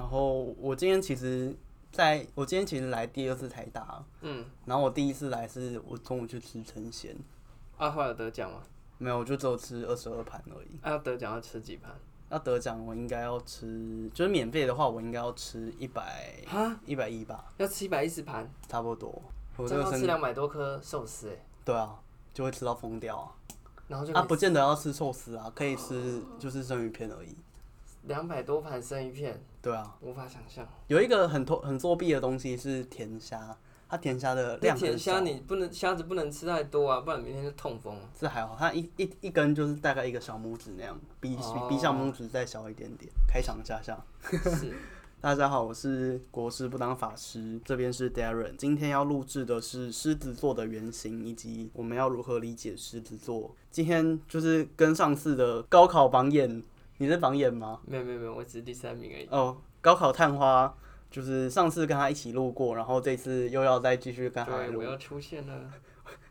我今天其实在，我今天其实来第二次台大，嗯，然后我第一次来是我中午去吃生鲜，啊，后来有得奖吗？没有，我就只有吃二十二盘而已。啊，要得奖要吃几盘？要得奖，我应该要吃，就是免费的话，我应该要吃一百啊，一百一吧，要吃一百一十盘，差不多。我这这个样要身吃两百多颗寿司哎，对啊，就会吃到疯掉啊！然后就啊，不见得要吃寿司啊，可以吃就是生鱼片而已。两百多盘生鱼片，对啊，无法想象。有一个很头很作弊的东西是甜虾，它甜虾的呃量很那甜少虾你不能虾子不能吃太多啊，不然明天就痛 风。这还好，它一一一根就是大概一个小拇指那样，比哦比小拇指再小一点点。开场下下，是，大家好，我是国师不当法师，这边是 Darren，今天要录制的是狮子座的原型，以及我们要如何理解狮子座。今天就是跟上次的高考榜眼，你是榜眼吗？没有没有没有，我只是第三名而已。哦，高考探花就是上次跟他一起录过，然后这次又要再继续跟他对，录我要出现了。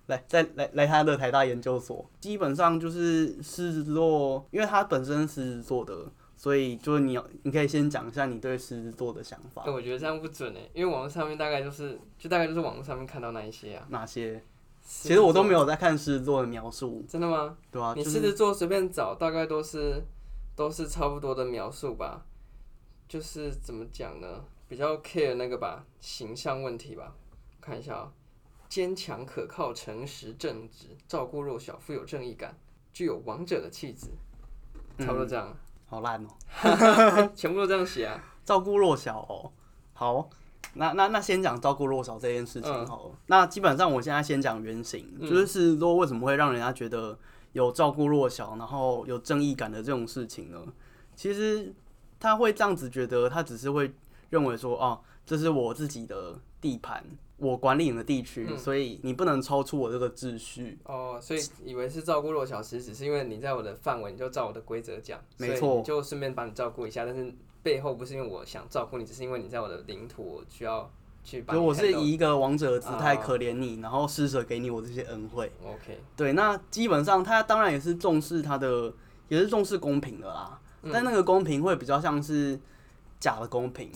来，再来来他的台大研究所，基本上就是狮子座，因为他本身狮子座的，所以就是你要你可以先讲一下你对狮子座的想法，哎，我觉得这样不准哎，因为网络上面大概就是，就大概就是网络上面看到那一些啊。哪些？其其实我都没有在看狮子座的描述，真的吗？对啊，你就狮是子座随便找，大概都是都是差不多的描述吧。就是怎么讲呢？比较 care 那个吧，形象问题吧。看一下啊、坚强、可靠、诚实、正直，照顾弱小，富有正义感，具有王者的气质，差不多这样，好烂哦、 全部都这样写啊。照顾弱小哦。好，那那那先讲照顾弱小这件事嗯情好了。那基本上我现在先讲原型，就是狮子座为什么会让人家觉得有照顾弱小，然后有正义感的这种事情呢？其实他会这样子觉得，他只是会认为说，哦，这是我自己的地盘，我管理你的地区，嗯所以你不能超出我这个秩序。哦，所以以为是照顾弱小，其实只是因为你在我的范围，你就照我的规则讲，没错所以你就顺便把你照顾一下。但是背后不是因为我想照顾你，只是因为你在我的领土，我需要去把所以你我是 handle 以一个王者的姿态啊可怜你，然后施舍给你我这些恩惠。 OK，对，那基本上他当然也是重视他的，也是重视公平的啦。嗯但那个公平会比较像是假的公平，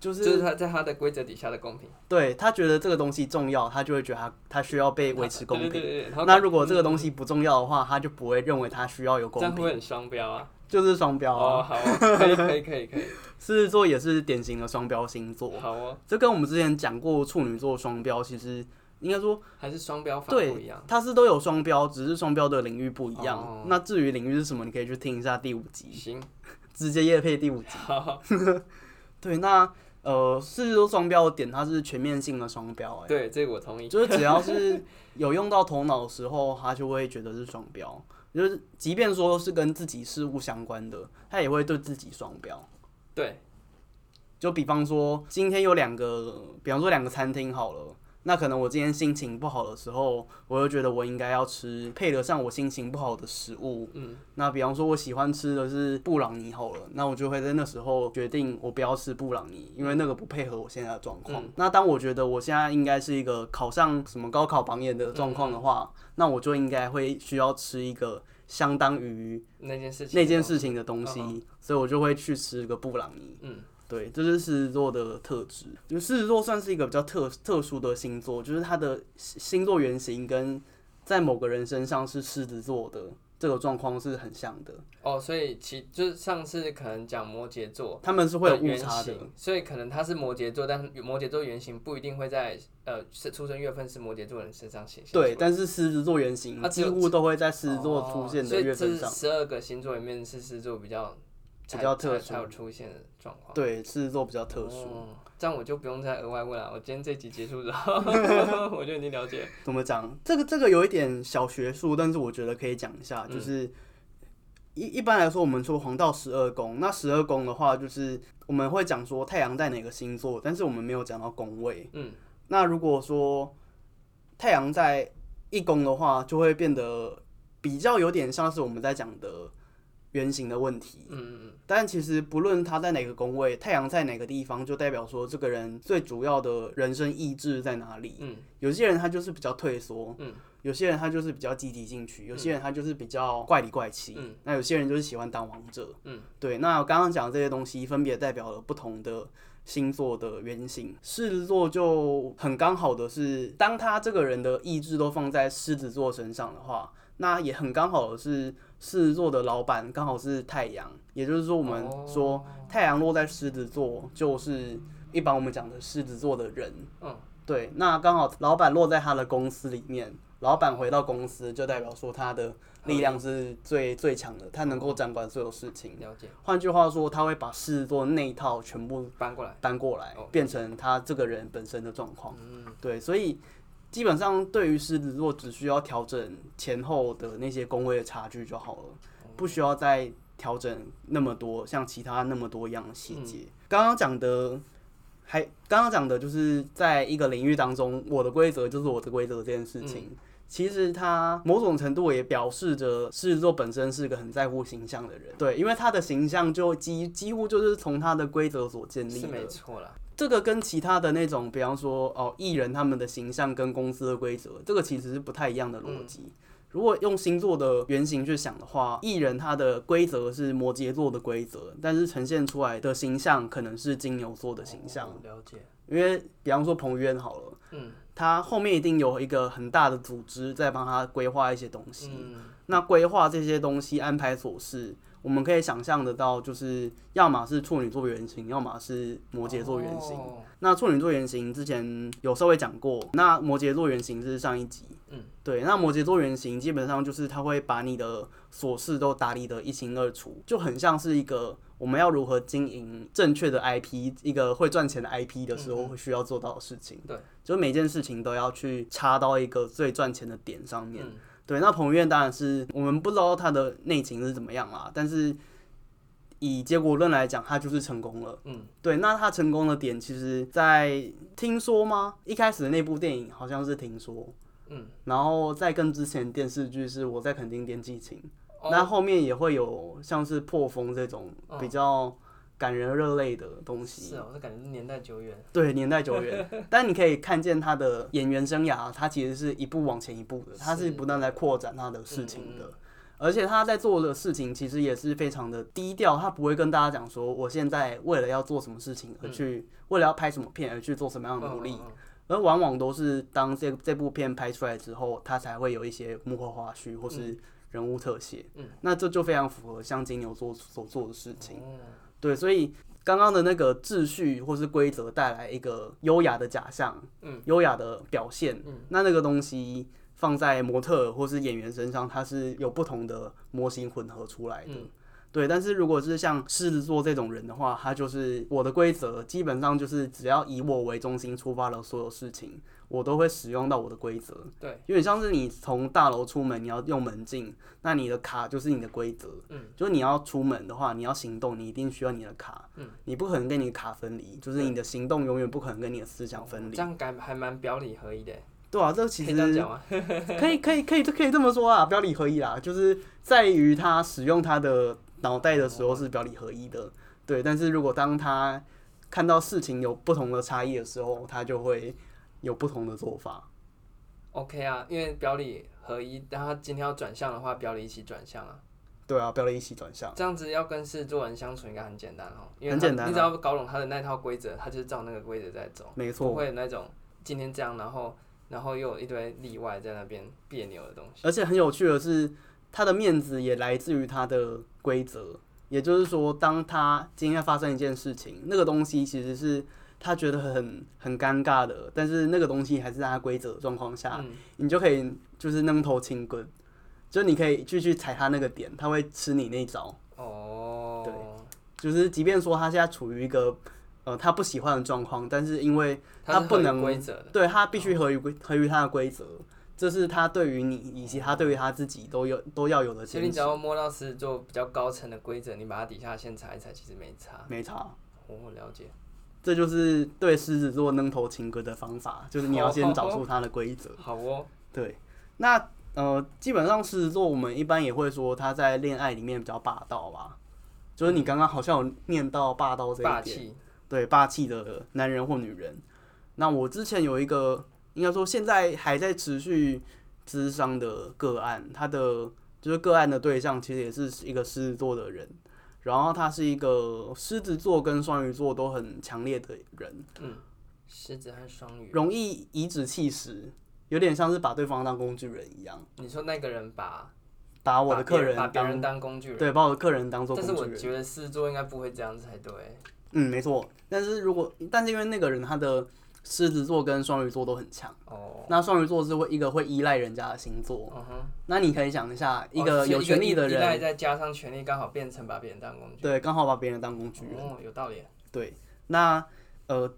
就就是是、他在他的规则底下的公平，对他觉得这个东西重要，他就会觉得他他需要被维持公平。对对对对，然后嗯那如果这个东西不重要的话，他就不会认为他需要有这公样会不平，会很双标啊？就是双标啊。哦，好哦，可以可以 可以可以，狮子座也是典型的双标星座，好哦，这跟我们之前讲过处女座双标，其实应该说还是双标法对不一样。它是都有双标，只是双标的领域不一样。哦那至于领域是什么，你可以去听一下第五集，行， 直接夜配第五集。好，对，那呃，狮子座双标的点，它是全面性的双标、欸，对，这个我同意。就是只要是有用到头脑的时候，他就会觉得是双标。就是即便说是跟自己事物相关的，他也会对自己双标。对，就比方说，今天有两个，比方说两个餐厅好了，那可能我今天心情不好的时候，我就觉得我应该要吃配得上我心情不好的食物。嗯，那比方说，我喜欢吃的是布朗尼好了，那我就会在那时候决定我不要吃布朗尼，因为那个不配合我现在的状况。那当我觉得我现在应该是一个考上什么高考榜眼的状况的话，那我就应该会需要吃一个相当于那件事情，那件，事情的东西，嗯所以我就会去吃个布朗尼。嗯，对，这是狮子座的特质。就狮子座算是一个比较特特殊的星座，就是它的星星座原型跟在某个人身上是狮子座的这个状况是很像的，哦，所以其就是上次可能讲摩羯座。他们是会有哦原误差的。型，所以可能他是摩羯座，但是摩羯座原型不一定会在呃是出生月份是摩羯座人身上显现出来。对，但是狮子座原型它只几有哦乎都会在狮子座出现的月份上。十二个星座里面是狮子座比较才比较特才才有出现的状况。对，狮子座比较特殊。哦这样我就不用再额外问了。我今天这集结束之后， 我就已经了解了。怎么讲？这个这个有一点小学术，但是我觉得可以讲一下，就是、一一般来说，我们说黄道十二宫，那十二宫的话，就是我们会讲说太阳在哪个星座，但是我们没有讲到宫位。嗯，那如果说太阳在一宫的话，就会变得比较有点像是我们在讲的。原型的问题。嗯，但其实不论他在哪个宫位，太阳在哪个地方，就代表说这个人最主要的人生意志在哪里。嗯，有些人他就是比较退缩，嗯，有些人他就是比较积极进取，有些人他就是比较怪里怪气，嗯，那有些人就是喜欢当王者，嗯，对。那我刚刚讲的这些东西，分别代表了不同的。星座的原型，狮子座就很刚好的是，当他这个人的意志都放在狮子座身上的话，那也很刚好的是狮子座的老板刚好是太阳，也就是说我们说哦太阳落在狮子座，就是一般我们讲的狮子座的人。嗯，对，那刚好老板落在他的公司里面，老板回到公司就代表说他的力量是最最强的，他能够掌管所有事情。了解，换句话说，他会把狮子座那一套全部搬过来，搬过来哦，变成他这个人本身的状况。嗯，对，所以基本上对于狮子座，只需要调整前后的那些宫位的差距就好了，不需要再调整那么多，像其他那么多样的细节。刚刚讲的。还刚刚讲的就是在一个领域当中，我的规则就是我的规则这件事情，其实它某种程度也表示着狮子座本身是个很在乎形象的人，对，因为他的形象就几几乎就是从他的规则所建立是的，没错啦，这个跟其他的那种，比方说哦，艺人他们的形象跟公司的规则，这个其实是不太一样的逻嗯辑。如果用星座的原型去想的话，艺人他的规则是摩羯座的规则，但是呈现出来的形象可能是金牛座的形象。哦了解，因为比方说彭于晏好了，嗯他后面一定有一个很大的组织在帮他规划一些东西。嗯那规划这些东西、安排琐事，我们可以想象得到，就是要么是处女座原型，要么是摩羯座原型。哦那处女座原型之前有稍微讲过，那摩羯座原型是上一集，嗯，对，那摩羯座原型基本上就是他会把你的琐事都打理得一清二楚，就很像是一个我们要如何经营正确的 IP，一个会赚钱的 IP 的时候会需要做到的事情，嗯对，就每件事情都要去插到一个最赚钱的点上面。嗯对，那彭于晏当然是我们不知道他的内情是怎么样啦，但是以结果论来讲，他就是成功了。嗯，对，那他成功的点，其实在听说吗？一开始的那部电影好像是听说，嗯，然后再跟之前电视剧是我在垦丁电击情，哦那后面也会有像是破风这种哦比较感人热泪的东西。是哦，这感觉是年代久远， 对，年代久远，但你可以看见他的演员生涯，他其实是一步往前一步的，他是是不断在扩展他的事情嗯嗯的。而且他在做的事情其实也是非常的低调，他不会跟大家讲说我现在为了要做什么事情而去，为了要拍什么片而去做什么样的努力，嗯嗯嗯嗯而往往都是当这这部片拍出来之后，他才会有一些幕后花絮或是人物特写。嗯那这就非常符合像金牛座所做的事情。哦对，所以刚刚的那个秩序或是规则带来一个优雅的假象，嗯，优雅的表现，嗯，那那个东西放在模特儿或是演员身上，它是有不同的模型混合出来的。嗯对，但是如果是像狮子座这种人的话，他就是我的规则，基本上就是只要以我为中心出发的所有事情，我都会使用到我的规则。对，有点像是你从大楼出门，你要用门禁，那你的卡就是你的规则。嗯，就是你要出门的话，你要行动，你一定需要你的卡。嗯，你不可能跟你的卡分离，就是你的行动永远不可能跟你的思想分离这。样感还蛮表里合一的，对啊，这可其以实这样讲吗？可以可以可以可以这么说啊，表里合一啦，就是在于他使用他的脑袋的时候是表里合一的，对。但是如果当他看到事情有不同的差异的时候，他就会有不同的做法。 OK 啊，因为表里合一，但他今天要转向的话，表里一起转向啊。对啊，表里一起转向。这样子要跟狮子座人相处应该很简单哦，因为很他简单啊你只要搞懂他的那套规则，他就是照那个规则在走，没不错，会有那种今天这样，然后然后又有一堆例外在那边别扭的东西。而且很有趣的是，他的面子也来自于他的规则。也就是说，当他今天发生一件事情，那个东西其实是他觉得很很尴尬的，但是那个东西还是在他规则的状况下，嗯，你就可以就是扔头轻棍，就你可以继续踩他那个点，他会吃你那一招。哦，就是即便说他现在处于一个呃他不喜欢的状况，但是因为他他不能规则的，对他必须合于规合于他的规则，这是他对于你以及他对于他自己都有都要有的所以你坚只持。要摸到狮子座比较高层的规则，你把它底下先踩一踩，其实没差。没差，我、哦、了解，这就是对狮子 座扔头轻棍的方法，就是你要先找出它的规则。好哦，对，那呃，基本上狮子座我们一般也会说他在恋爱里面比较霸道吧，就是你刚刚好像有念到霸道这一霸点，气，对霸气的男人或女人。那我之前有一个，应该说现在还在持续咨商的个案，他的就是个案的对象其实也是一个狮子座的人，然后他是一个狮子座跟双鱼座都很强烈的人，狮子和双鱼。容易颐指气使，有点像是把对方当工具人一样，你说那个人把把我的把客别人把别当人当工具人，对，把我的客人当做但工是具我人。觉得狮子座应该不会这样子才对。嗯，没错。但是如果但是因为那个人他的狮子座跟双鱼座都很强，哦，那双鱼座是会一个会依赖人家的星座。嗯哼，那你可以想一下，啊一哦个所以有权利的依依赖人，再加上权力，刚好变成把别人当工具对，刚好把别人当工具人。人。哦，有道理。对，那呃，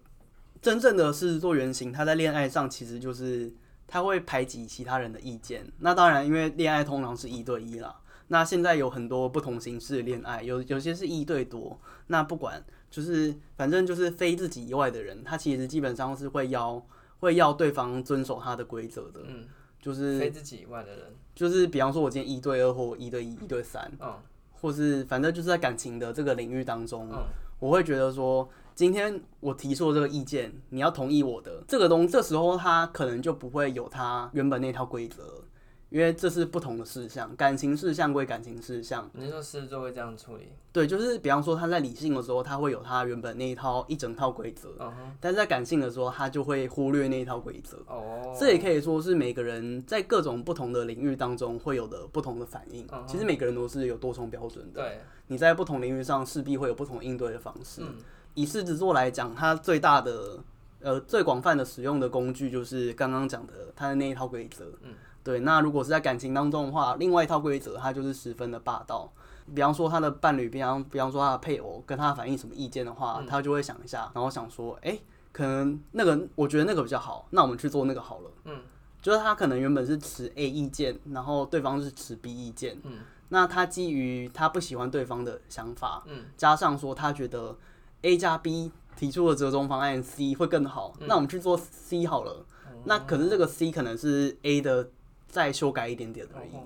真正的狮子座原型，他在恋爱上其实就是他会排挤其他人的意见。那当然，因为恋爱通常是一对一啦。那现在有很多不同形式的恋爱，有有些是一对多。那不管就是反正就是非自己以外的人，他其实基本上是会要会要对方遵守他的规则的，嗯，就是非自己以外的人，就是比方说，我今天一对二或我一对一、一对三，嗯或是反正就是在感情的这个领域当中，嗯，我会觉得说，今天我提出的这个意见，你要同意我的这个东，这时候他可能就不会有他原本那套规则，因为这是不同的事项，感情事项归感情事项。你是说狮子座会这样处理？对，就是比方说他在理性的时候，他会有他原本那一套一整套规则，嗯哼，但是在感性的时候，他就会忽略那一套规则。哦，这也可以说是每个人在各种不同的领域当中会有的不同的反应。嗯哼其实每个人都是有多重标准的，对，你在不同领域上势必会有不同应对的方式。嗯以狮子座来讲，它最大的呃最广泛的使用的工具就是刚刚讲的它的那一套规则。嗯对，那如果是在感情当中的话，另外一套规则它就是十分的霸道。比方说他的伴侣，比方比方说他的配偶跟他反映什么意见的话，嗯他就会想一下，然后想说，哎、可能那个我觉得那个比较好，那我们去做那个好了。嗯就是他可能原本是持 A 意见，然后对方是持 B 意见，嗯那他基于他不喜欢对方的想法，嗯，加上说他觉得 A 加 B 提出的折中方案 C 会更好，嗯那我们去做 C 好了。哦那可是这个 C 可能是 A 的再修改一点点而已，哦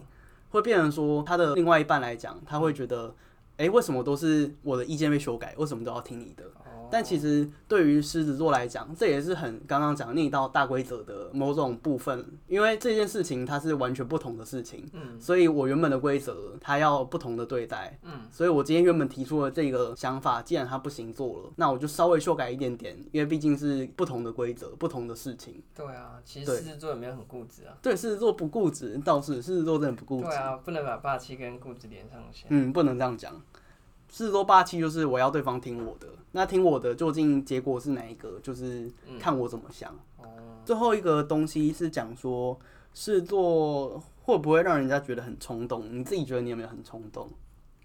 会变成说他的另外一半来讲，他会觉得，诶，为什么都是我的意见被修改，为什么都要听你的？哦，但其实对于狮子座来讲，这也是很刚刚讲那一道大规则的某种部分，因为这件事情它是完全不同的事情，嗯所以我原本的规则它要不同的对待，嗯，所以我今天原本提出了这个想法，既然它不行做了，那我就稍微修改一点点，因为毕竟是不同的规则，不同的事情。对啊，其对实狮子座也没有很固执啊。对，狮子座不固执倒是，狮子座真的不固执，对啊，不能把霸气跟固执连上线。嗯，不能这样讲。狮子座霸气就是我要对方听我的，那听我的究竟结果是哪一个，就是看我怎么想。哦，最后一个东西是讲说狮子座会不会让人家觉得很冲动？你自己觉得你有没有很冲动？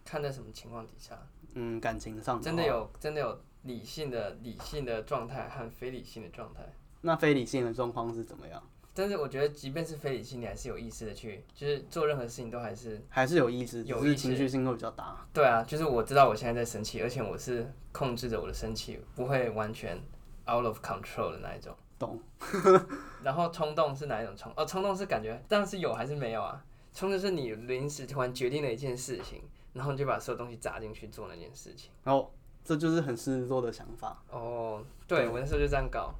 看在什么情况底下，嗯，感情上真的话。有真的有理性的理性的状态和非理性的状态。那非理性的状况是怎么样？但是我觉得，即便是非理性，你还是有意识的去，就是做任何事情都还是还是有意思，只有是意情识绪性会比较大。对啊，就是我知道我现在在生气，而且我是控制着我的生气，不会完全 out of control 的那一种。懂？ 然后冲动是哪一种冲？哦，冲动是感觉，但是有还是没有啊？冲动是你临时突然决定了一件事情，然后你就把所有东西砸进去做那件事情。然后这就是很狮子座的想法。哦，对我那时候就这样搞。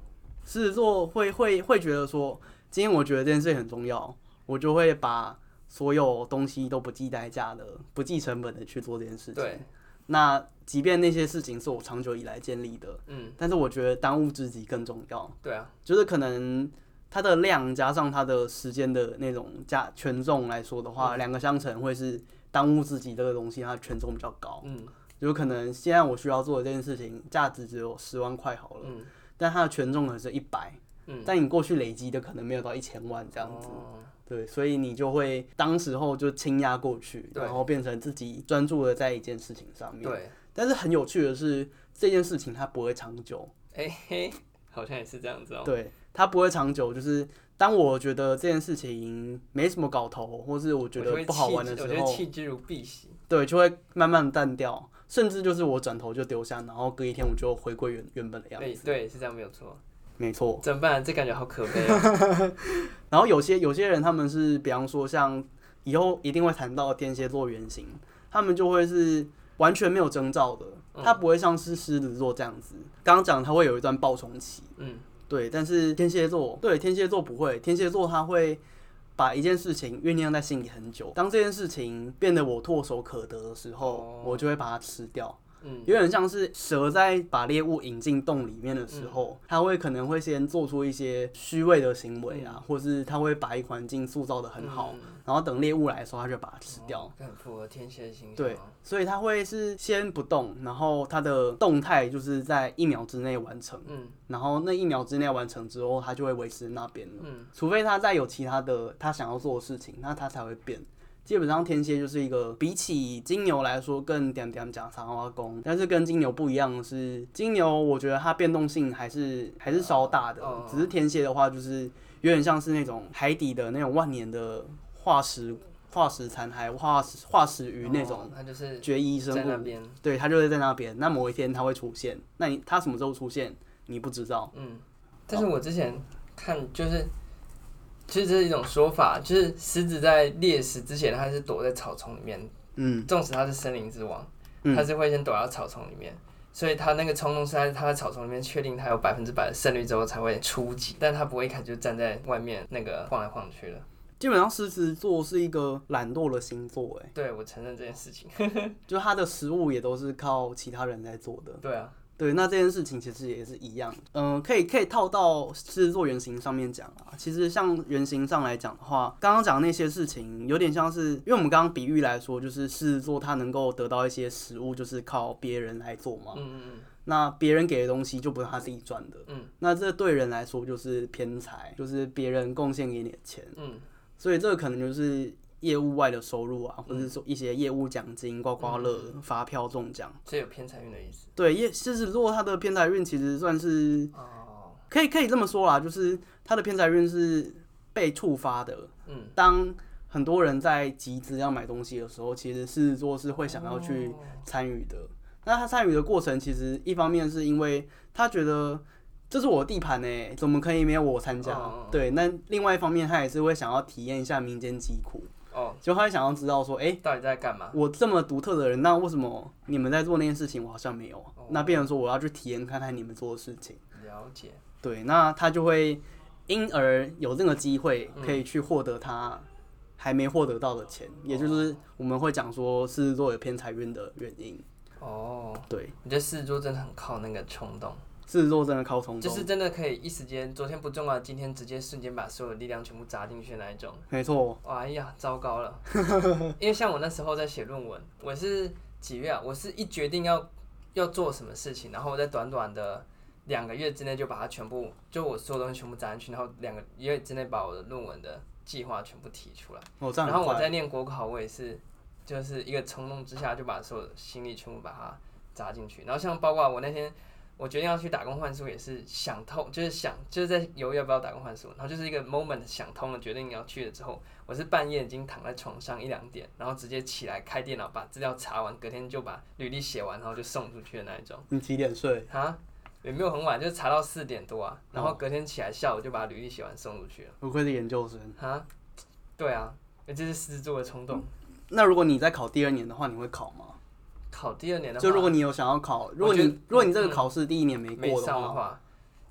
狮子座会会会觉得说，今天我觉得这件事情很重要，我就会把所有东西都不计代价的、不计成本的去做这件事情。对，那即便那些事情是我长久以来建立的，哦嗯，但是我觉得当务之急更重要，对啊，就是可能。它的量加上它的时间的那种加权重来说的嗯话，两、个相乘会是当务之急这个东西，它的权重比较高。嗯有可能现在我需要做的这件事情价值只有十万块好了，嗯但它的权重可能是一百、嗯，但你过去累积的可能没有到一千万这样子，哦对，所以你就会当时候就倾压过去，对然后变成自己专注的在一件事情上面。哦对，但是很有趣的是，这件事情它不会长久，哎、嘿，好像也是这样子哦。对，它不会长久。就是当我觉得这件事情没什么搞头，或是我觉就得会不好弃玩的之时我觉得候，弃之如敝屣。对，就会慢慢淡掉，甚至就是我转头就丢下，然后隔一天我就回归原原本的样子。对对，是这样没有错。没错。怎么办？这感觉好可悲啊！然后有些有些人他们是，比方说像以后一定会谈到天蝎座原型，他们就会是完全没有征兆的，他不会像是狮子座这样子。刚刚讲他会有一段爆冲期，嗯，对，但是天蝎座对天蝎座不会，天蝎座他会把一件事情酝酿在心里很久，当这件事情变得我唾手可得的时候，哦我就会把它吃掉。嗯，有点像是蛇在把猎物引进洞里面的时候，嗯它会可能会先做出一些虚伪的行为嗯啊，或是它会把一环境塑造的很好，然后等猎物来的时候，它就把它吃掉。哦，很符合天蝎星对，所以它会是先不动，然后它的动态就是在一秒之内完成，嗯然后那一秒之内完成之后，它就会维持那边了。嗯除非他再有其他的他想要做的事情，那他才会变。基本上天蝎就是一个比起金牛来说更点点讲长花工，但是跟金牛不一样的是，金牛我觉得它变动性还是还是稍大的哦，只是天蝎的话就是有点像是那种海底的那种万年的化石化石残骸、化石化石鱼那种哦他就是决一生在物那边，对，它就会在那边。那某一天它会出现，那你它什么时候出现你不知道。嗯，但是我之前看就是，其实这是一种说法，就是狮子在猎食之前，它是躲在草丛里面，嗯纵使它是森林之王，嗯它是会先躲到草丛里面。所以它那个冲动是在它在草丛里面确定它有百分之百的胜率之后才会出击，但它不会一开始就站在外面那个晃来晃去的。基本上狮子座是一个懒惰的星 座，对我承认这件事情。哎，就它的食物也都是靠其他人在做的。对啊，对，那这件事情其实也是一样，嗯、可以可以套到狮子座原型上面讲啊。其实像原型上来讲的话，刚刚讲那些事情，有点像是，因为我们刚刚比喻来说，就是狮子座它能够得到一些食物，就是靠别人来做嘛。嗯嗯那别人给的东西就不是他自己赚的，嗯，那这对人来说就是偏财，就是别人贡献给你的钱。嗯嗯，所以这个可能就是业务外的收入啊，或者是说一些业务奖金、刮刮乐、嗯发票中奖。所以有偏财运的意思。对，业狮子座它的偏财运其实算是哦，可以可以这么说啦，就是它的偏财运是被触发的。嗯，当很多人在集资要买东西的时候，其实狮子座是会想要去参与的。那他参与的过程，其实一方面是因为他觉得这是我的地盘呢、怎么可以没有我参加？哦对，那另外一方面，他也是会想要体验一下民间疾苦。哦，嗯就他会想要知道说，哎、到底在干嘛？我这么独特的人，那为什么你们在做那件事情，我好像没有啊？哦那变成说我要去体验看看你们做的事情，了解，对，那他就会因而有这个机会嗯可以去获得他还没获得到的钱，也就是我们会讲说狮子座有偏财运的原因。哦，对，我觉得狮子座真的很靠那个冲动，狮子座真的靠冲就动，是真的可以一时间，昨天不重要，今天直接瞬间把所有力量全部砸进去那一种。没错，哇哎呀，糟糕了！因为像我那时候在写论文，我是几月啊？我是一决定要要做什么事情，然后我在短短的两个月之内就把它全部，就我所有东西全部砸进去，然后两个月之内把我的论文的计划全部提出来。哦，这样很然后我快，在念国考，我也是就是一个冲动之下就把所有的心力全部把它砸进去。然后像包括我那天我决定要去打工换宿，也是想通，就是想就是在犹豫要不要打工换宿。然后就是一个 moment 想通了，决定要去了之后，我是半夜已经躺在床上一两点，然后直接起来开电脑把资料查完，隔天就把履历写完，然后就送出去的那一种。你几点睡？啊，也没有很晚，就查到四点多啊，然后哦隔天起来下午就把履历写完送出去了。不愧是研究生。啊，对啊，这是狮子座的冲动。那如果你在考第二年的话，你会考吗？考第二年的话，就如果你有想要考，如果你我觉得嗯如果你这个考试第一年没没过的上话的，话，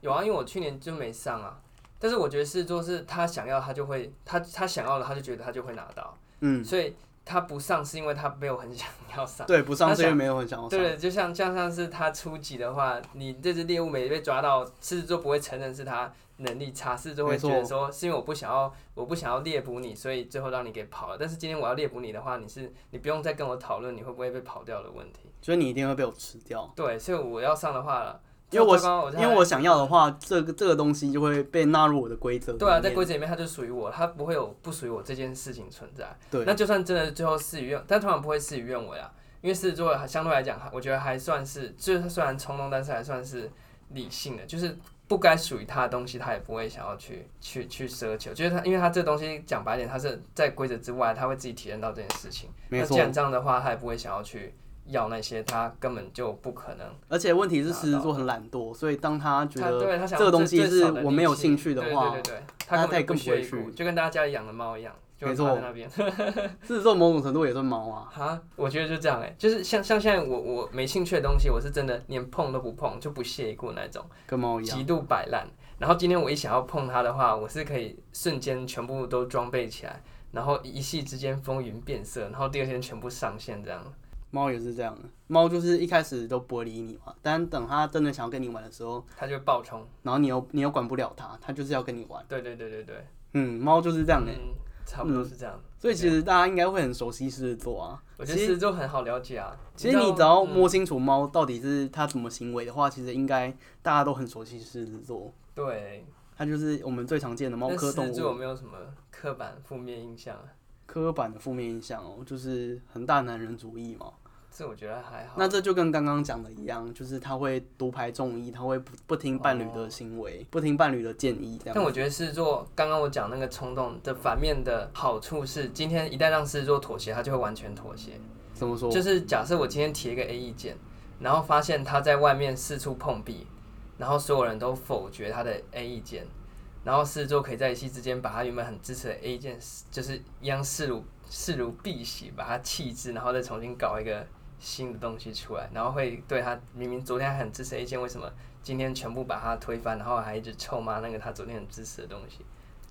有啊，因为我去年就没上啊。但是我觉得狮子座是他想要，他就会他他想要了，他就觉得他就会拿到，嗯，所以他不上是因为他没有很想要上。对，不上他是因为没有很想要上。对，就像就像是他初级的话，你这只猎物没被抓到，狮子座不会承认是他能力差，狮子座会没错觉得说是因为我不想要，我不想要猎捕你，所以最后让你给跑了。但是今天我要猎捕你的话，你是你不用再跟我讨论你会不会被跑掉的问题。所以你一定会被我吃掉，对，所以我要上的话了，因为我糟糕我因为我想要的话，这个这个东西就会被纳入我的规则里面。对啊，在规则里面它就属于我，它不会有不属于我这件事情存在。对那就算真的最后事与愿，但通常不会事与愿违啊，因为狮子座还相对来讲，还我觉得还算是，就是它虽然冲动，但是还算是理性的，就是不该属于他的东西，他也不会想要去去去奢求。就是他，因为他这东西讲白一点，他是在规则之外，他会自己体验到这件事情。没那错既，然这样的话，他也不会想要去要那些他根本就不可能。而且问题是狮子座很懒惰，所以当他觉他对得他想这个要东最西最是少的我力没有气兴趣的对话对对对，他他再更不不屑会一顾，去就跟大家家里养的猫一样，就没趴在错那边。狮子座某种程度也算猫啊。哈，我觉得就这样哎、就是像像现在我我没兴趣的东西，我是真的连碰都不碰，就不屑一顾那种，跟猫一样。极度摆烂。然后今天我一想要碰它的话，我是可以瞬间全部都装备起来，然后一夕之间风云变色，然后第二天全部上线这样。猫也是这样的，猫就是一开始都不会理你嘛，但等它真的想要跟你玩的时候，它就爆冲，然后你又你又管不了它，它就是要跟你玩。对对对对对，嗯，猫就是这样的、嗯，差不多是这样。所以其实大家应该会很熟悉狮子座啊。我觉得狮子座很好了解啊。其实你只要嗯摸清楚猫到底是它怎么行为的话，其实应该大家都很熟悉狮子座，对，它就是我们最常见的猫那科狮动子座有物。没有什么刻板负面印象啊？刻板的负面印象哦，就是很大男人主义嘛。这我觉得还好。那这就跟刚刚讲的一样，就是他会独排众议，他会不不听伴侣的行为，不听伴侣的建议，这样但我觉得狮子座，刚刚我讲那个冲动的反面的好处是，今天一旦让狮子座妥协，他就会完全妥协。怎么说？就是假设我今天提一个 A 意见，然后发现他在外面四处碰壁，然后所有人都否决他的 A 意见，然后狮子座可以在一夕之间把他原本很支持的 A 意见，就是一样势如势如避喜，把它弃之，然后再重新搞一个新的东西出来，然后会对他明明昨天还很支持的 A 意见，为什么今天全部把它推翻，然后还一直臭骂那个他昨天很支持的东西？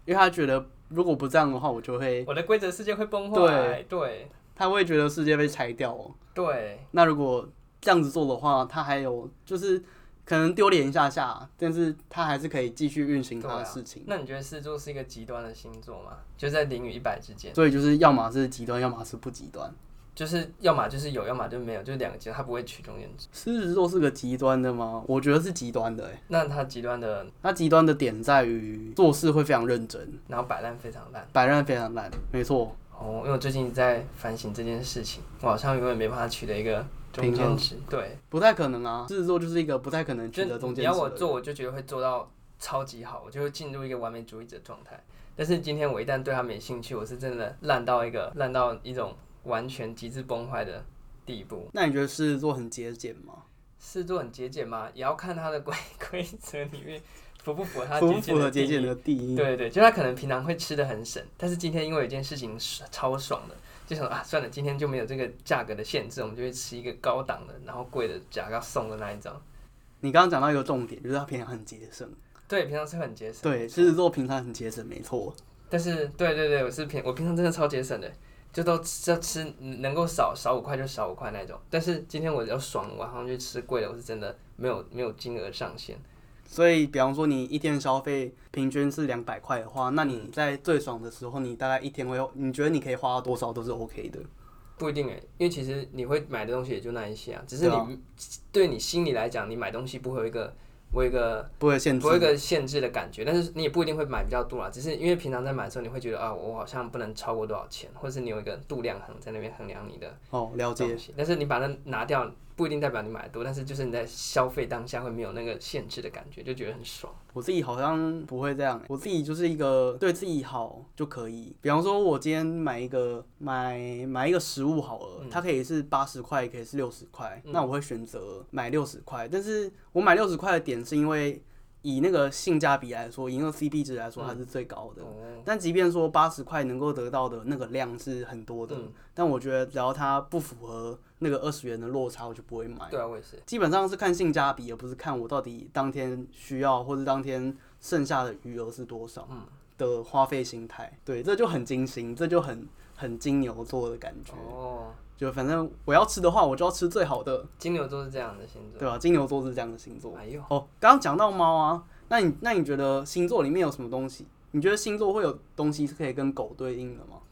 因为他觉得如果不这样的话，我就会，我的规则世界会崩坏，对他会觉得世界被拆掉哦。对，那如果这样子做的话，他还有就是可能丢脸一下下，但是他还是可以继续运行啊他的事情。那你觉得狮子座是一个极端的星座吗？就在零与一百之间，所以就是要么是极端，要么是不极端。就是要么就是有，要么就没有，就是两个极端，它不会取中间值。狮子座是个极端的吗？我觉得是极端的、欸。那它极端的，他极端的点在于做事会非常认真，然后摆烂非常烂。摆烂非常烂，没错。哦，因为我最近一直在反省这件事情，我好像永远没办法取得一个中平间衡值。对，不太可能啊，狮子座就是一个不太可能取得就中你间值要的我人做，我就觉得会做到超级好，我就会进入一个完美主义者状态。但是今天我一旦对他没兴趣，我是真的烂到一个烂到一种完全极致崩坏的地步。那你觉得狮子座很节俭吗？狮子座很节俭嘛，也要看他的规 规则里面符不符合 他符不符合节节俭俭的的定定义。义？对对，就他可能平常会吃的很省，但是今天因为有一件事情是超爽的，就想啊算了，今天就没有这个价格的限制，我们就去吃一个高档的，然后贵的假要送的那一种。你刚刚讲到一个重点，就是他平常很节省。对，平常是啊很节省。对，狮子座平常很节省，没错。但是对对对，我是平我平常真的超节省的，就都吃就吃能够少少五块就少五块那种。但是今天我要爽，我好像去吃贵的，我是真的没有没有金额上限。所以，比方说你一天消费平均是两百块的话，那你在最爽的时候，你大概一天会，你觉得你可以花到多少都是 OK 的。不一定诶，欸因为其实你会买的东西也就那一些啊，只是对你啊对你心里来讲，你买东西不会有一个，我有一个不会限呃不会有一制。个限制的感觉，但是你也不一定会买比较多啦，啊只是因为平常在买的时候，你会觉得啊，我好像不能超过多少钱，或是你有一个度量衡在那边衡量你的哦，了解。东西，但是你把它拿掉，不一定代表你买得多，但是就是你在消费当下会没有那个限制的感觉，就觉得很爽。我自己好像不会这样、我自己就是一个对自己好就可以。比方说，我今天买一个买买一个食物好了，它可以是八十块，也可以是六十块，那我会选择买六十块。但是我买六十块的点是因为以那个性价比来说，以那个 CP 值来说，它是最高的。哦，但即便说八十块能够得到的那个量是很多的，但我觉得只要它不符合那个二十元的落差，我就不会买。对啊，我也是。基本上是看性价比，而不是看我到底当天需要或是当天剩下的余额是多少嗯的花费心态。对，这就很精心，这就很很金牛座的感觉。哦，就反正我要吃的话，我就要吃最好的，金牛座是这样的星座。对吧、金牛座是这样的星座。哎呦，哦，刚刚讲到猫啊，那你那你觉得星座里面有什么东西？你觉得星座会有东西是可以跟狗对应的吗？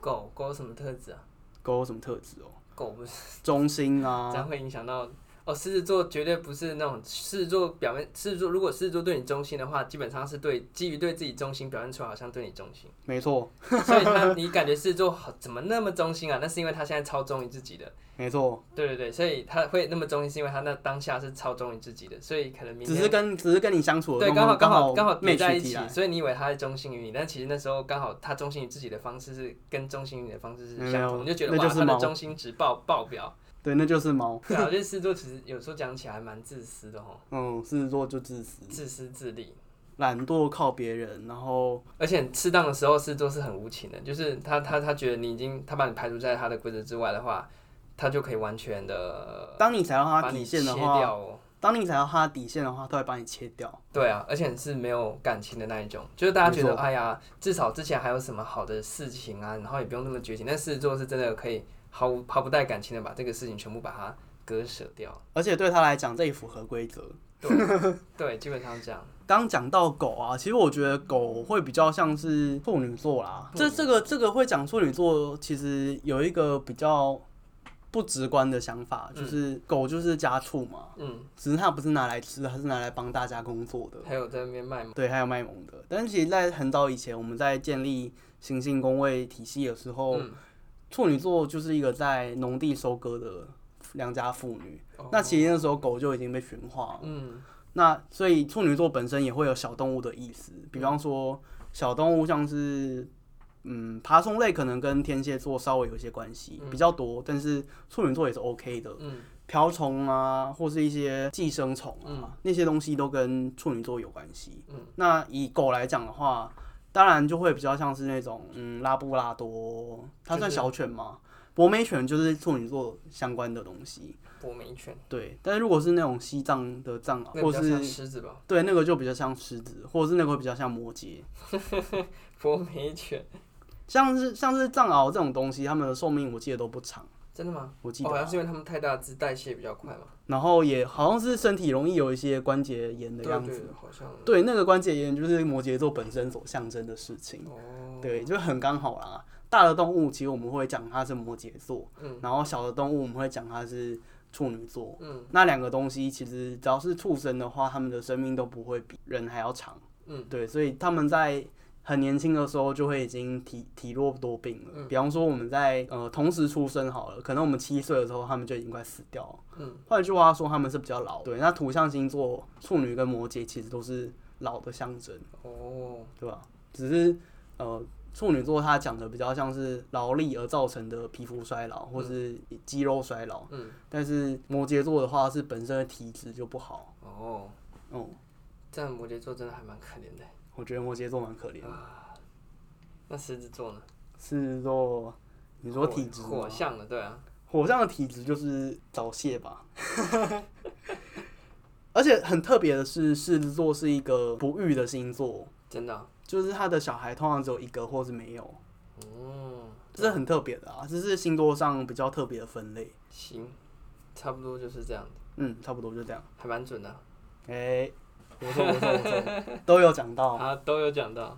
狗狗有什么特质啊？狗有什么特质 哦？狗不是。忠心这啊，样会影响到哦。狮子座绝对不是那种狮子座表面，狮子座如果狮子座对你忠心的话，基本上是对基于对自己忠心表现出来，好像对你忠 心。没错，所以他你感觉狮子座好怎么那么忠心啊？那是因为他现在超忠于自己的。没错，对对对，所以他会那么忠心，是因为他那当下是超忠于自己的，所以可能明只天是跟只是跟你相处的对，状刚好况刚好好刚好叠 match 在一起起来，所以你以为他是忠心于你，但其实那时候刚好他忠心于自己的方式是跟忠心于你的方式是相没同，有你就觉得那哇，就是他的猫 忠心值爆爆表。对，那就是猫。对啊，我觉得狮子座其实有时候讲起来蛮自私的哦，嗯，狮子座就自私，自私自利，懒惰靠别人，然后而且适当的时候狮子座是很无情的，就是他他他觉得你已经他把你排除在他的规则之外的话，他就可以完全的当你踩到把它底你切线的话，掉哦。当你踩到它底线的话，它会把你切掉。对啊，而且是没有感情的那一种，就是大家觉没得错哎呀，至少之前还有什么好的事情啊，然后也不用那么绝情。但狮子座是真的可以毫无毫不带感情的把这个事情全部把它割舍 掉。而且对他来讲，这也符合规则。对，基本上这样。刚讲到狗啊，其实我觉得狗会比较像是处女座啦。处女这这个这个会讲处女座，其实有一个比较不直观的想法，就是狗就是家畜嘛，嗯，只是它不是拿来吃的，它是拿来帮大家工作的。还有在那边卖萌，对，还有卖萌的。但是其实，在很早以前，我们在建立行星工位体系的时候，嗯处女座就是一个在农地收割的良家妇女。哦那其实那时候狗就已经被驯化了。嗯那所以处女座本身也会有小动物的意思，比方说小动物像是嗯爬虫类，可能跟天蝎座稍微有一些关系，比较多，但是处女座也是 OK 的。嗯，瓢虫啊，或是一些寄生虫啊，嗯那些东西都跟处女座有关系。嗯那以狗来讲的话，当然就会比较像是那种嗯拉布拉多，它算就是小犬吗？博美犬就是处女座相关的东西，博美犬，对。但是如果是那种西藏的藏獒，那或比较像是狮子吧，对，那个就比较像狮子，或者是那个会比较像摩羯，博美犬，像是像是藏獒这种东西，它们的寿命我记得都不长，真的吗？我记哦，得好啊、像是因为它们太大只，代谢比较快嘛。然后也好像是身体容易有一些关节炎的对样子，对，好像对，那个关节炎就是摩羯座本身所象征的事情，哦，对，就很刚好啦。大的动物其实我们会讲它是摩羯座，嗯然后小的动物我们会讲它是处女座。嗯那两个东西其实只要是畜生的话，它们的生命都不会比人还要长。嗯，对，所以他们在很年轻的时候就会已经体体弱多病了。嗯比方说我们在呃同时出生好了，可能我们七岁的时候，他们就已经快死掉了。嗯，换句话说，他们是比较老。对，那土象星座处女跟摩羯其实都是老的象征，哦，对吧？只是呃，处女座它讲的比较像是劳力而造成的皮肤衰老或是肌肉衰老，嗯，但是摩羯座的话是本身的体质就不好。哦，哦、这样摩羯座真的还蛮可怜的。我觉得摩羯座蛮可怜的，那狮子座呢？是说你说火体质吗火象的，对啊，火象的体质就是早泄吧。 而且很特别的是，狮子座是一个不育的星座，真的啊、就是他的小孩通常只有一个或是没有，嗯，这是很特别的啊，这是星座上比较特别的分类。行，差不多就是这样，嗯，差不多就这样。还蛮准的啊哎、我说我说我 说，都有讲到，啊，都有讲到。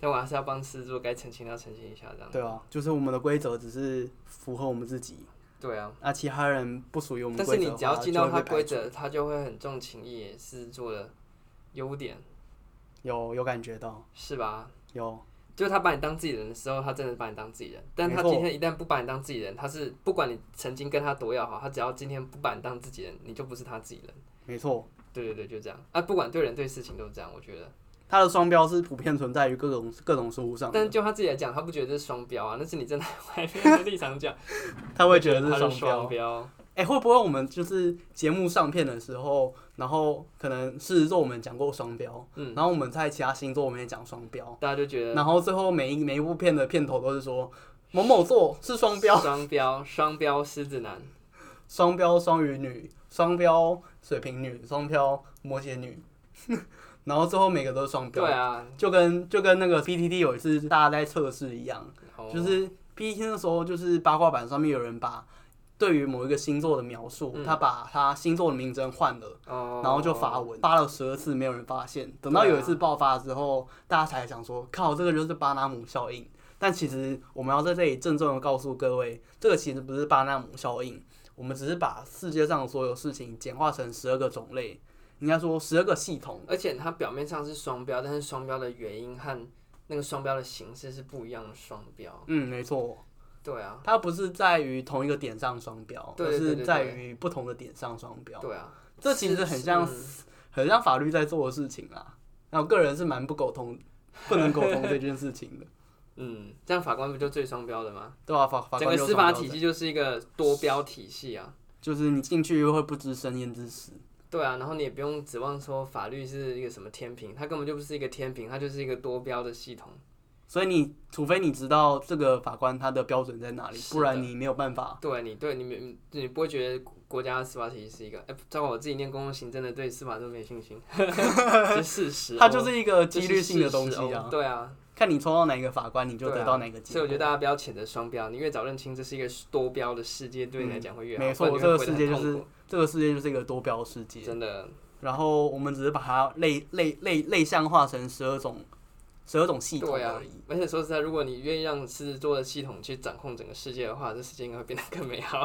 但我还是要帮狮子座该澄清要澄清一下，这样。对啊，就是我们的规则只是符合我们自己，对啊，那、其他人不属于我们但是规则的你话。只要进到就会他被规排除，则，他就会很重情义，狮子座的优点有有感觉到，是吧？有就是他把你当自己人的时候，他真的把你当自己人。但他没错今天一旦不把你当自己人，他是不管你曾经跟他多要好，他只要今天不把你当自己人，你就不是他自己人。没错。对对对，就这样啊，不管对人对事情都是这样，我觉得。他的双标是普遍存在于各种各种事物上的，但就他自己来讲，他不觉得这是双标啊，那是你站在外面的 立场讲，他会觉得他是是双标双。标。哎、会不会我们就是节目上片的时候，然后可能狮子座我们讲过双标，嗯然后我们在其他星座我们也讲双标，大家就觉得然后最后每一每一部片的片头都是说某某座是双标，双标， 双标狮子男，双标双鱼女，双标水瓶女，双标摩羯女， 然后最后每个都是双标，对啊，就跟就跟那个 PTT 有一次大家在测试一样，哦就是 PTT 的时候就是八卦版上面有人把对于某一个星座的描述，嗯他把他星座的名称换了。哦，啊然后就发文，发了十二次，没有人发现。等到有一次爆发之后，大家才想说，靠，这个就是巴纳姆效应。但其实我们要在这里郑重的告诉各位，这个其实不是巴纳姆效应，我们只是把世界上所有事情简化成十二个种类，应该说十二个系统。而且它表面上是双标，但是双标的原因和那个双标的形式是不一样的双标。嗯，没错，对啊，它不是在于同一个点上双标，对而对对是对在于不同的点上双标。对啊，这其实很像是嗯很像 法律在做的事情啦。那我个人是蛮不苟同，不能苟同这件事情的。嗯，这样法官不就最双标的吗？对啊，法法整官个就司有双法标体准系就是一个多标体系啊。就是你进去会不知生焉知死，对啊，然后你也不用指望说法律是一个什么天平，它根本就不是一个天平，它就是一个多标的系统。所以你除非你知道这个法官他的标准在哪里，是的不然你没有办法。对啊你对你没你不会觉得国家的司法体系是一个，哎、照我自己念公共行政的，对司法都没 信心，这是事实哦。它就是一个这几率性的事实东西哦啊，对啊，看你抽到哪一个法官，你就对得啊到哪个结所以果。我觉得大家不要谴责双标，你越早认清这是一个多标的世界，对你来讲会越嗯好。没错不然你会这个活得很世界就是痛苦这个世界就是一个多标世界，真的然后我们只是把它类类类类象化成十二种十二种系统对啊而已。。而且说实在，如果你愿意让狮子座的系统去掌控整个世界的话，这世界应该会变得更美 好。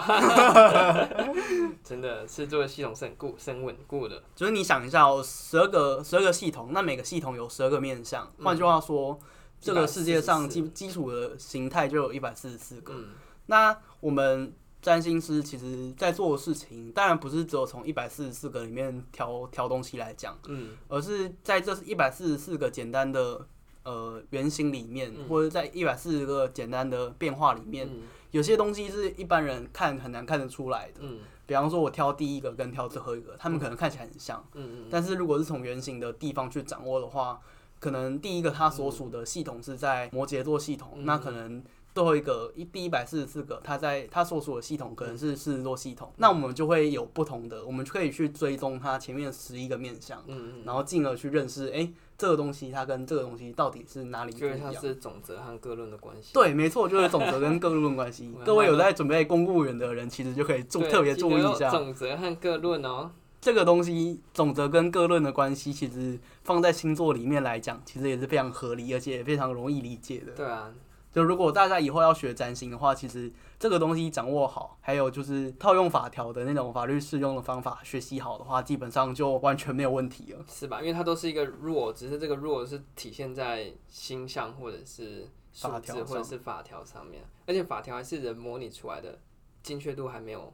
真的，狮子座的系统是很固、是很稳固的。就是你想一下哦，十二个十二个系统，那每个系统有十二个面向，嗯换句话说，这个世界上基基础的形态就有一百四十四个。嗯，那我们占星师其实在做的事情，当然不是只有从一百四十四个里面挑挑东西来讲，嗯，而是在这一百四十四个简单的呃原型里面，或者在一百四十个简单的变化里面，嗯有些东西是一般人看很难看得出来的。嗯比方说，我挑第一个跟挑最后一个，他们可能看起来很像，嗯但是如果是从原型的地方去掌握的话，可能第一个它所属的系统是在摩羯座系统，嗯那可能最后一个一第一百四十四个，它在它所属的系统可能是嗯狮子座系统，那我们就会有不同的，我们就可以去追踪它前面十一个面相，嗯然后进而去认识，哎、这个东西它跟这个东西到底是哪里嗯，不就一像样。是总则和各论的关系。对，没错，就是总则跟各论关系 我。各位有在准备公务员的人，其实就可以注对特别注意一下。总则和各论哦。这个东西总则跟各论的关系，其实放在星座里面来讲，其实也是非常合理，而且也非常容易理解的。对啊，就如果大家以后要学占星的话，其实这个东西掌握好，还有就是套用法条的那种法律适用的方法学习好的话，基本上就完全没有问题了。是吧？因为它都是一个弱，只是这个弱是体现在星象或者是数法条字上或者是法条上面，而且法条还是人模拟出来的，精确度还没有，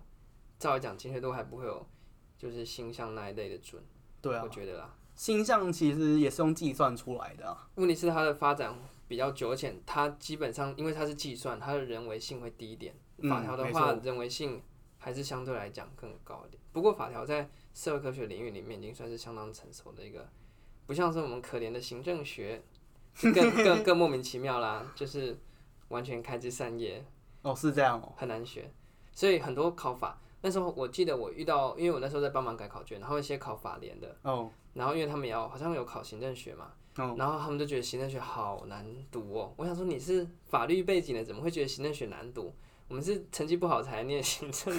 照理讲精确度还不会有，就是星象那一类的准，对啊我，觉得啦。星象其实也是用计算出来的啊、问题是它的发展比较久远，它基本上因为它是计算，它的人为性会低一点。嗯法条的没话，错人为性还是相对来讲更高一点。不过法条在社会科学领域里面已经算是相当成熟的一个，不像是我们可怜的行政学，就更 更更莫名其妙啦，就是完全开枝散叶，哦，是这样哦。很难学。所以很多考法，那时候我记得我遇到，因为我那时候在帮忙改考卷，然后一些考法联的，哦，然后因为他们也要好像有考行政学嘛，哦，然后他们就觉得行政学好难读哦。我想说你是法律背景的，怎么会觉得行政学难读？我们是成绩不好才念 行政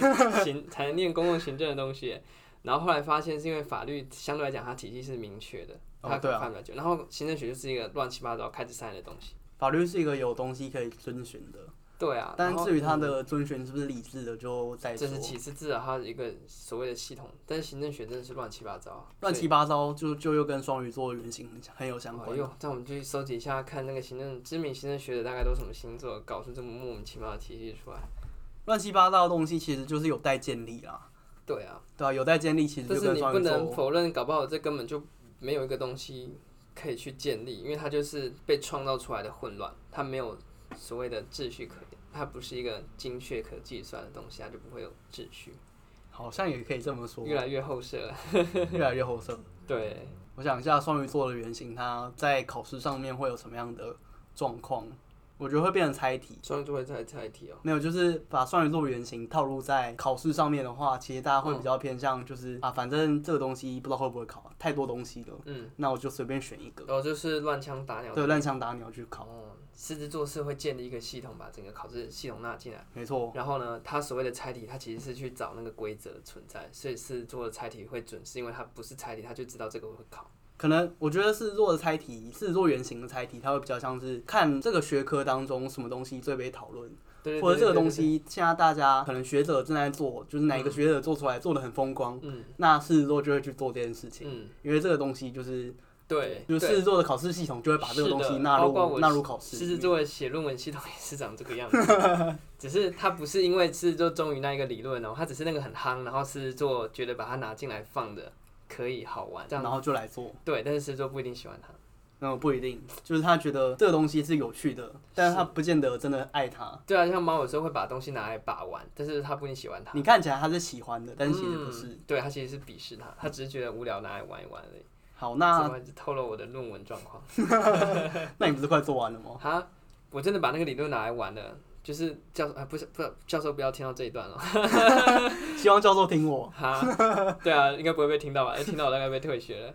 行才念公共行政的东西耶。然后后来发现是因为法律相对来讲它体系是明确的，哦它对啊看比较久。然后行政学就是一个乱七八糟开枝散叶的东西。法律是一个有东西可以遵循的，对啊，但然后至于它的遵循是不是理智的，就再这说。是其次，至少它有一个所谓的系统，但是行政学真的是乱七八糟，啊乱七八糟，就就又跟双鱼座的原型很很有相哎关。呦，那我们就去搜集一下，看那个行政知名行政学者大概都什么星座，搞出这么莫名其妙的体系出来。乱七八糟的东西其实就是有待建立啦，对啊，对啊，有待建立其实但就是跟你不双鱼能座否认，搞不好这根本就没有一个东西可以去建立，因为它就是被创造出来的混乱，它没有所谓的秩序可言，它不是一个精确可计算的东西，它就不会有秩序，好像也可以这么 说，越来越后设了。越来越后生。对，我想一下双鱼座的原型，它在考试上面会有什么样的状况？我觉得会变成猜题。双鱼座会再再提哦。没有，就是把双鱼座原型套入在考试上面的话，其实大家会比较偏向就是、啊，反正这个东西不知道会不会考，太多东西了，嗯，那我就随便选一个，然后嗯就是乱枪打鸟。对，乱枪打鸟去考，哦，狮子座是会建立一个系统，把整个考试系统纳进来。没错。然后呢，它所谓的猜题，它其实是去找那个规则存在，所以狮子座的猜题会准，是因为它不是猜题，它就知道这个会考。可能我觉得是做的猜题，是做原型的猜题，它会比较像是看这个学科当中什么东西最被讨论，对对对或者这个对对东西现在大家可能学者正在做，就是哪一个学者做出来做的很风光，嗯那狮子座就会去做这件事情，嗯，因为这个东西就是对，就是狮对子座的考试系统就会把这个东西纳是的包括入我纳入考试狮里面。子座的写论文系统也是长这个 样子，只是它不是因为狮子座忠于那一个理论哦，它只是那个很夯，然后狮子座觉得把它拿进来放的可以好玩，这样然后就来做。对，但是狮子座不一定喜欢它。嗯，不一定，就是他觉得这个东西是有趣的，但是他不见得真的爱它。对啊，像猫有时候会把东西拿来把玩，但是他不一定喜欢它。你看起来他是喜欢的，但是其实不是。嗯对他其实是鄙视它，他只是觉得无聊拿来玩一玩而已。好，那 怎么一直透露我的论文状况？那你不是快做完了吗？哈，我真的把那个理论拿来玩了，就是教啊，不是不是教授不要听到这一段了。希望教授听我。 哈，对啊，应该不会被听到吧？听到我大概被退学了。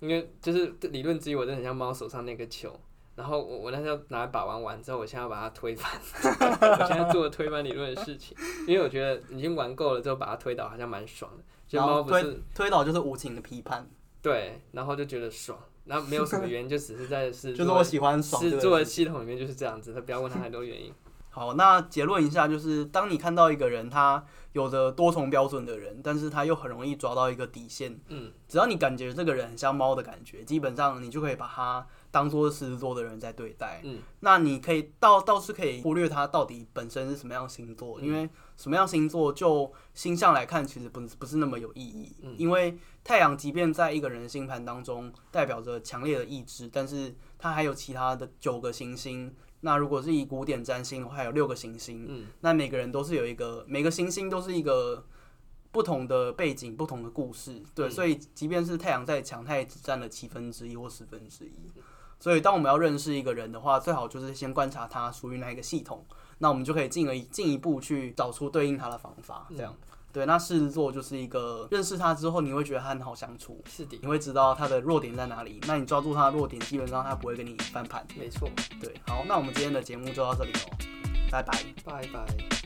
因为就是理论之一，我真的很像猫手上那个球。然后我我那时候拿来把玩完之后，我现在要把它推翻。 我现在做了推翻理论的事情，因为我觉得已经玩够了之后把它推倒，好像蛮爽的。就然猫后不是推推倒就是无情的批判，对，然后就觉得爽，然后没有什么原因，就只是在是 就是我喜欢爽这是个做的事系统里面就是这样子，他不要问他太多原因。好，那结论一下，就是当你看到一个人他有着多重标准的人，但是他又很容易抓到一个底线，嗯，只要你感觉这个人很像猫的感觉，基本上你就可以把他当做狮子座的人在对待。嗯，那你可以倒倒是可以忽略他到底本身是什么样星座，嗯因为什么样星座就星象来看，其实不不是那么有意义。嗯因为太阳即便在一个人的星盘当中代表着强烈的意志，但是它还有其他的九个行星。那如果是以古典占星的话，还有六个行星。嗯，那每个人都是有一个，每个行星都是一个不同的背景、不同的故事，对，嗯所以即便是太阳再强，它也只占了七分之一或十分之一。所以，当我们要认识一个人的话，最好就是先观察他属于哪一个系统，那我们就可以进而进一步去找出对应他的方法。这样，嗯对。那狮子座就是一个认识他之后，你会觉得他很好相处，是的，你会知道他的弱点在哪里。那你抓住他的弱点，基本上他不会跟你翻盘。没错，哦对，好，那我们今天的节目就到这里喽，拜拜。拜拜。